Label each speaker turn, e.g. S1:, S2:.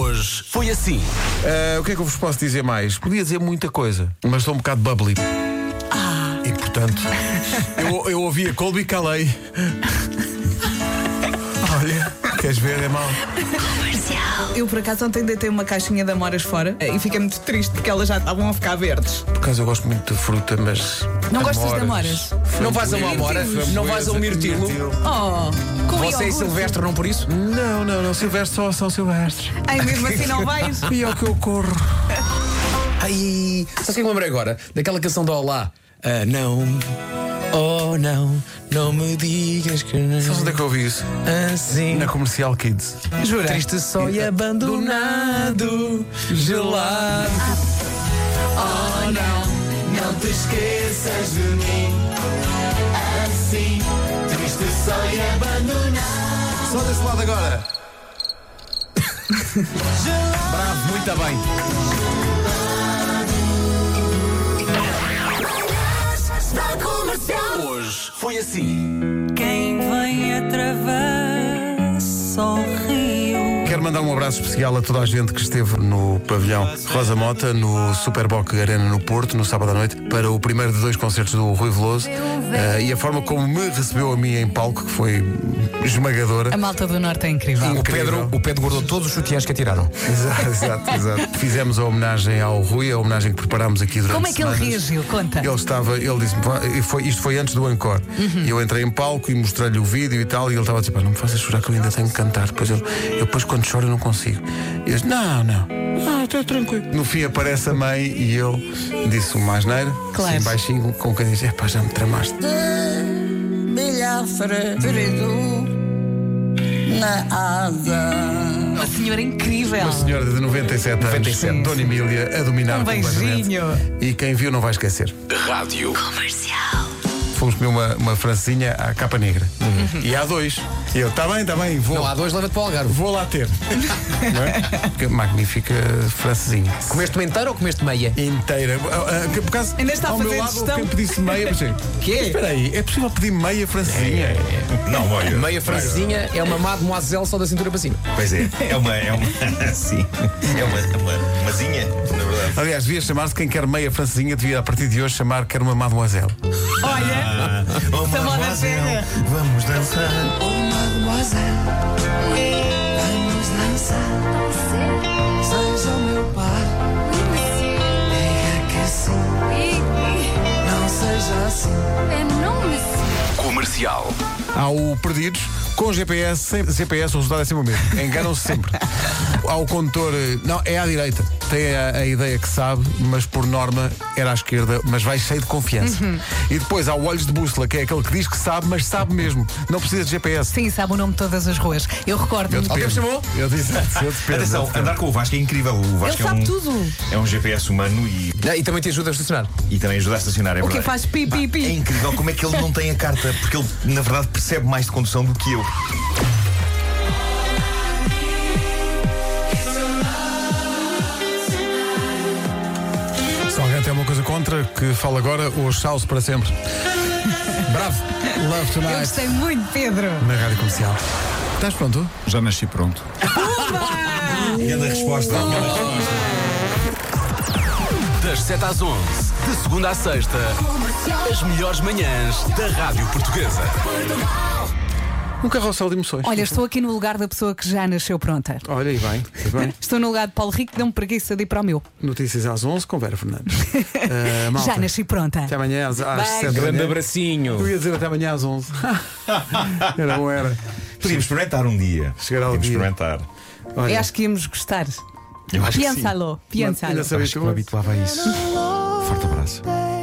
S1: Hoje foi assim.
S2: Ah, o que é que eu vos posso dizer mais? Podia dizer muita coisa, mas estou um bocado bubbly.
S3: Ah.
S2: E portanto, eu, eu ouvi a Colby e calei. Olha, queres ver? É mal.
S3: Eu, por acaso, ontem deitei uma caixinha de amoras fora eh, e fiquei muito triste porque elas já estavam a ficar verdes.
S2: Por acaso eu gosto muito de fruta, mas.
S3: Não gostas de amoras?
S4: Não vais a uma amora? Não vais a um mirtilo?
S3: Oh, com
S4: Você e
S3: iogurte.
S4: Silvestre, não por isso?
S2: Não, não, não. Silvestre só São Silvestre.
S3: Ai, mesmo assim não vais?
S2: E é o que eu corro.
S4: Ai, sabe o que eu me lembrei agora? Daquela canção do Olá. Ah, não, oh não, não me digas que não.
S2: Sabes onde é que eu ouvi isso?
S4: Assim,
S2: Na comercial Kids.
S3: Jura?
S4: triste só e abandonado, gelado. Oh não, não te esqueças de mim. Assim, triste só e abandonado.
S2: Só desse lado agora.
S4: Bravo, muito bem.
S1: Hoje foi assim.
S5: Quem vem atravessa o rio.
S2: Quero mandar um abraço especial a toda a gente que esteve no pavilhão Rosa Mota, no Superboc Arena no Porto, no sábado à noite, para o primeiro de dois concertos do Rui Veloso. eh, e a forma como me recebeu a mim em palco, que foi esmagadora.
S3: A malta do Norte é incrível.
S4: O
S2: Incrível.
S4: Pedro, o Pedro guardou todos os sutiãs que atiraram.
S2: Exato, exato, exato. Fizemos a homenagem ao Rui, a homenagem que preparámos aqui durante
S3: Como é que ele
S2: semanas.
S3: reagiu? Conta.
S2: Ele estava, ele disse-me, "Vá", e foi, isto foi antes do Encore. E eu entrei em palco e mostrei-lhe o vídeo e tal, e ele estava a dizer, "Pá, não me faças chorar que eu ainda tenho que cantar. Depois ele, eu depois quando choro eu não consigo. E eu disse, não, não. Ah, estou tranquilo. No fim aparece a mãe e eu disse uma asneira,
S3: Claro.
S2: assim baixinho, com quem diz, é pá, já me tramaste.
S6: milhafre ferido na asa.
S3: Uma senhora incrível.
S2: Uma senhora de 97 anos,
S4: 97.
S2: Dona Emília, a dominar
S3: Um
S2: completamente.
S3: beijinho.
S2: E quem viu não vai esquecer.
S1: Rádio.
S2: Fomos comer uma, uma francesinha à capa negra.
S3: Uhum.
S2: E há dois. E eu, está bem, está bem, vou.
S4: Não, há dois, leva-te para o Algarve.
S2: Vou lá ter. Não é? Que magnífica francesinha.
S4: Comeste-me inteira ou comeste meia?
S2: Inteira. Ah, ah, que Por causa,
S3: Ainda está a
S2: ao meu
S3: fazer
S2: lado,
S3: digestão.
S2: quem pedisse meia, mas
S4: Quê?
S2: Espera aí, é possível pedir meia francesinha?
S3: É,
S7: Não, olha.
S4: Meia francesinha é uma mademoiselle só da cintura para cima.
S7: Pois é. É uma. É uma. Sim. É uma. é Uma mazinha, na verdade.
S2: Aliás, devia chamar-se quem quer meia francesinha, devia a partir de hoje chamar quer uma mademoiselle.
S3: Olha,
S7: Oh,
S3: moda
S7: mademoiselle,
S3: velha.
S7: Vamos dançar.
S8: Vamos dançar, seja o meu par. Diga que sim, não seja assim.
S1: Comercial.
S2: Há o Perdidos. Com GPS, sem GPS, o resultado é sempre o mesmo. Enganam-se sempre. Há o condutor. eh, Não, é à direita. Tem a, a ideia que sabe, mas por norma era à esquerda, mas vai cheio de confiança. E depois há o Olhos de Bússola, que é aquele que diz que sabe, mas sabe mesmo. Não precisa de GPS.
S3: sim, sabe o nome de todas as ruas. Eu recordo-me.
S2: Alguém me chamou? Eu disse, eu disse Pedro.
S7: Atenção, andar com o Vasco é incrível. O
S3: Ele
S7: Vasco é um,
S3: sabe tudo.
S7: É um GPS humano e,
S4: E também te ajuda a estacionar.
S7: e também ajuda a estacionar, é
S3: O que
S7: verdade.
S3: faz pi, pi,
S7: É
S3: pi.
S7: incrível como é que ele não tem a carta, porque ele, na verdade, percebe mais de condução do que eu.
S2: Se alguém tem uma coisa contra, que fala agora, ou chau para sempre. Bravo. Love
S3: Eu
S2: tonight.
S3: gostei muito, Pedro.
S2: Na rádio comercial. Estás pronto?
S9: Já nasci pronto.
S7: E anda a resposta.
S3: Oh.
S1: Das 7 às 11. De segunda à sexta. As melhores manhãs da Rádio Portuguesa.
S2: Um carrossel de emoções.
S3: Olha, estou aqui no lugar da pessoa que já nasceu pronta.
S2: Olha, e bem, e bem.
S3: Estou no lugar de Paulo Rico, deu-me preguiça de ir para o meu.
S2: Notícias às 11 com Vera Fernandes. Ah, malta,
S3: Já nasci pronta.
S2: Até amanhã às, às
S3: Bye.
S2: 7 da
S4: Grande
S2: manhã.
S4: abracinho.
S2: Eu ia dizer até amanhã às 11. era ou era.
S7: Podíamos experimentar um dia.
S2: Chegará o
S7: Podíamos
S2: dia.
S7: experimentar.
S3: Eu
S2: Olha,
S3: acho que íamos gostar.
S7: Eu acho que sim.
S3: Piénsalo,
S2: ainda
S3: piénsalo.
S2: sabes que eu-
S9: habituava a isso. Forte abraço.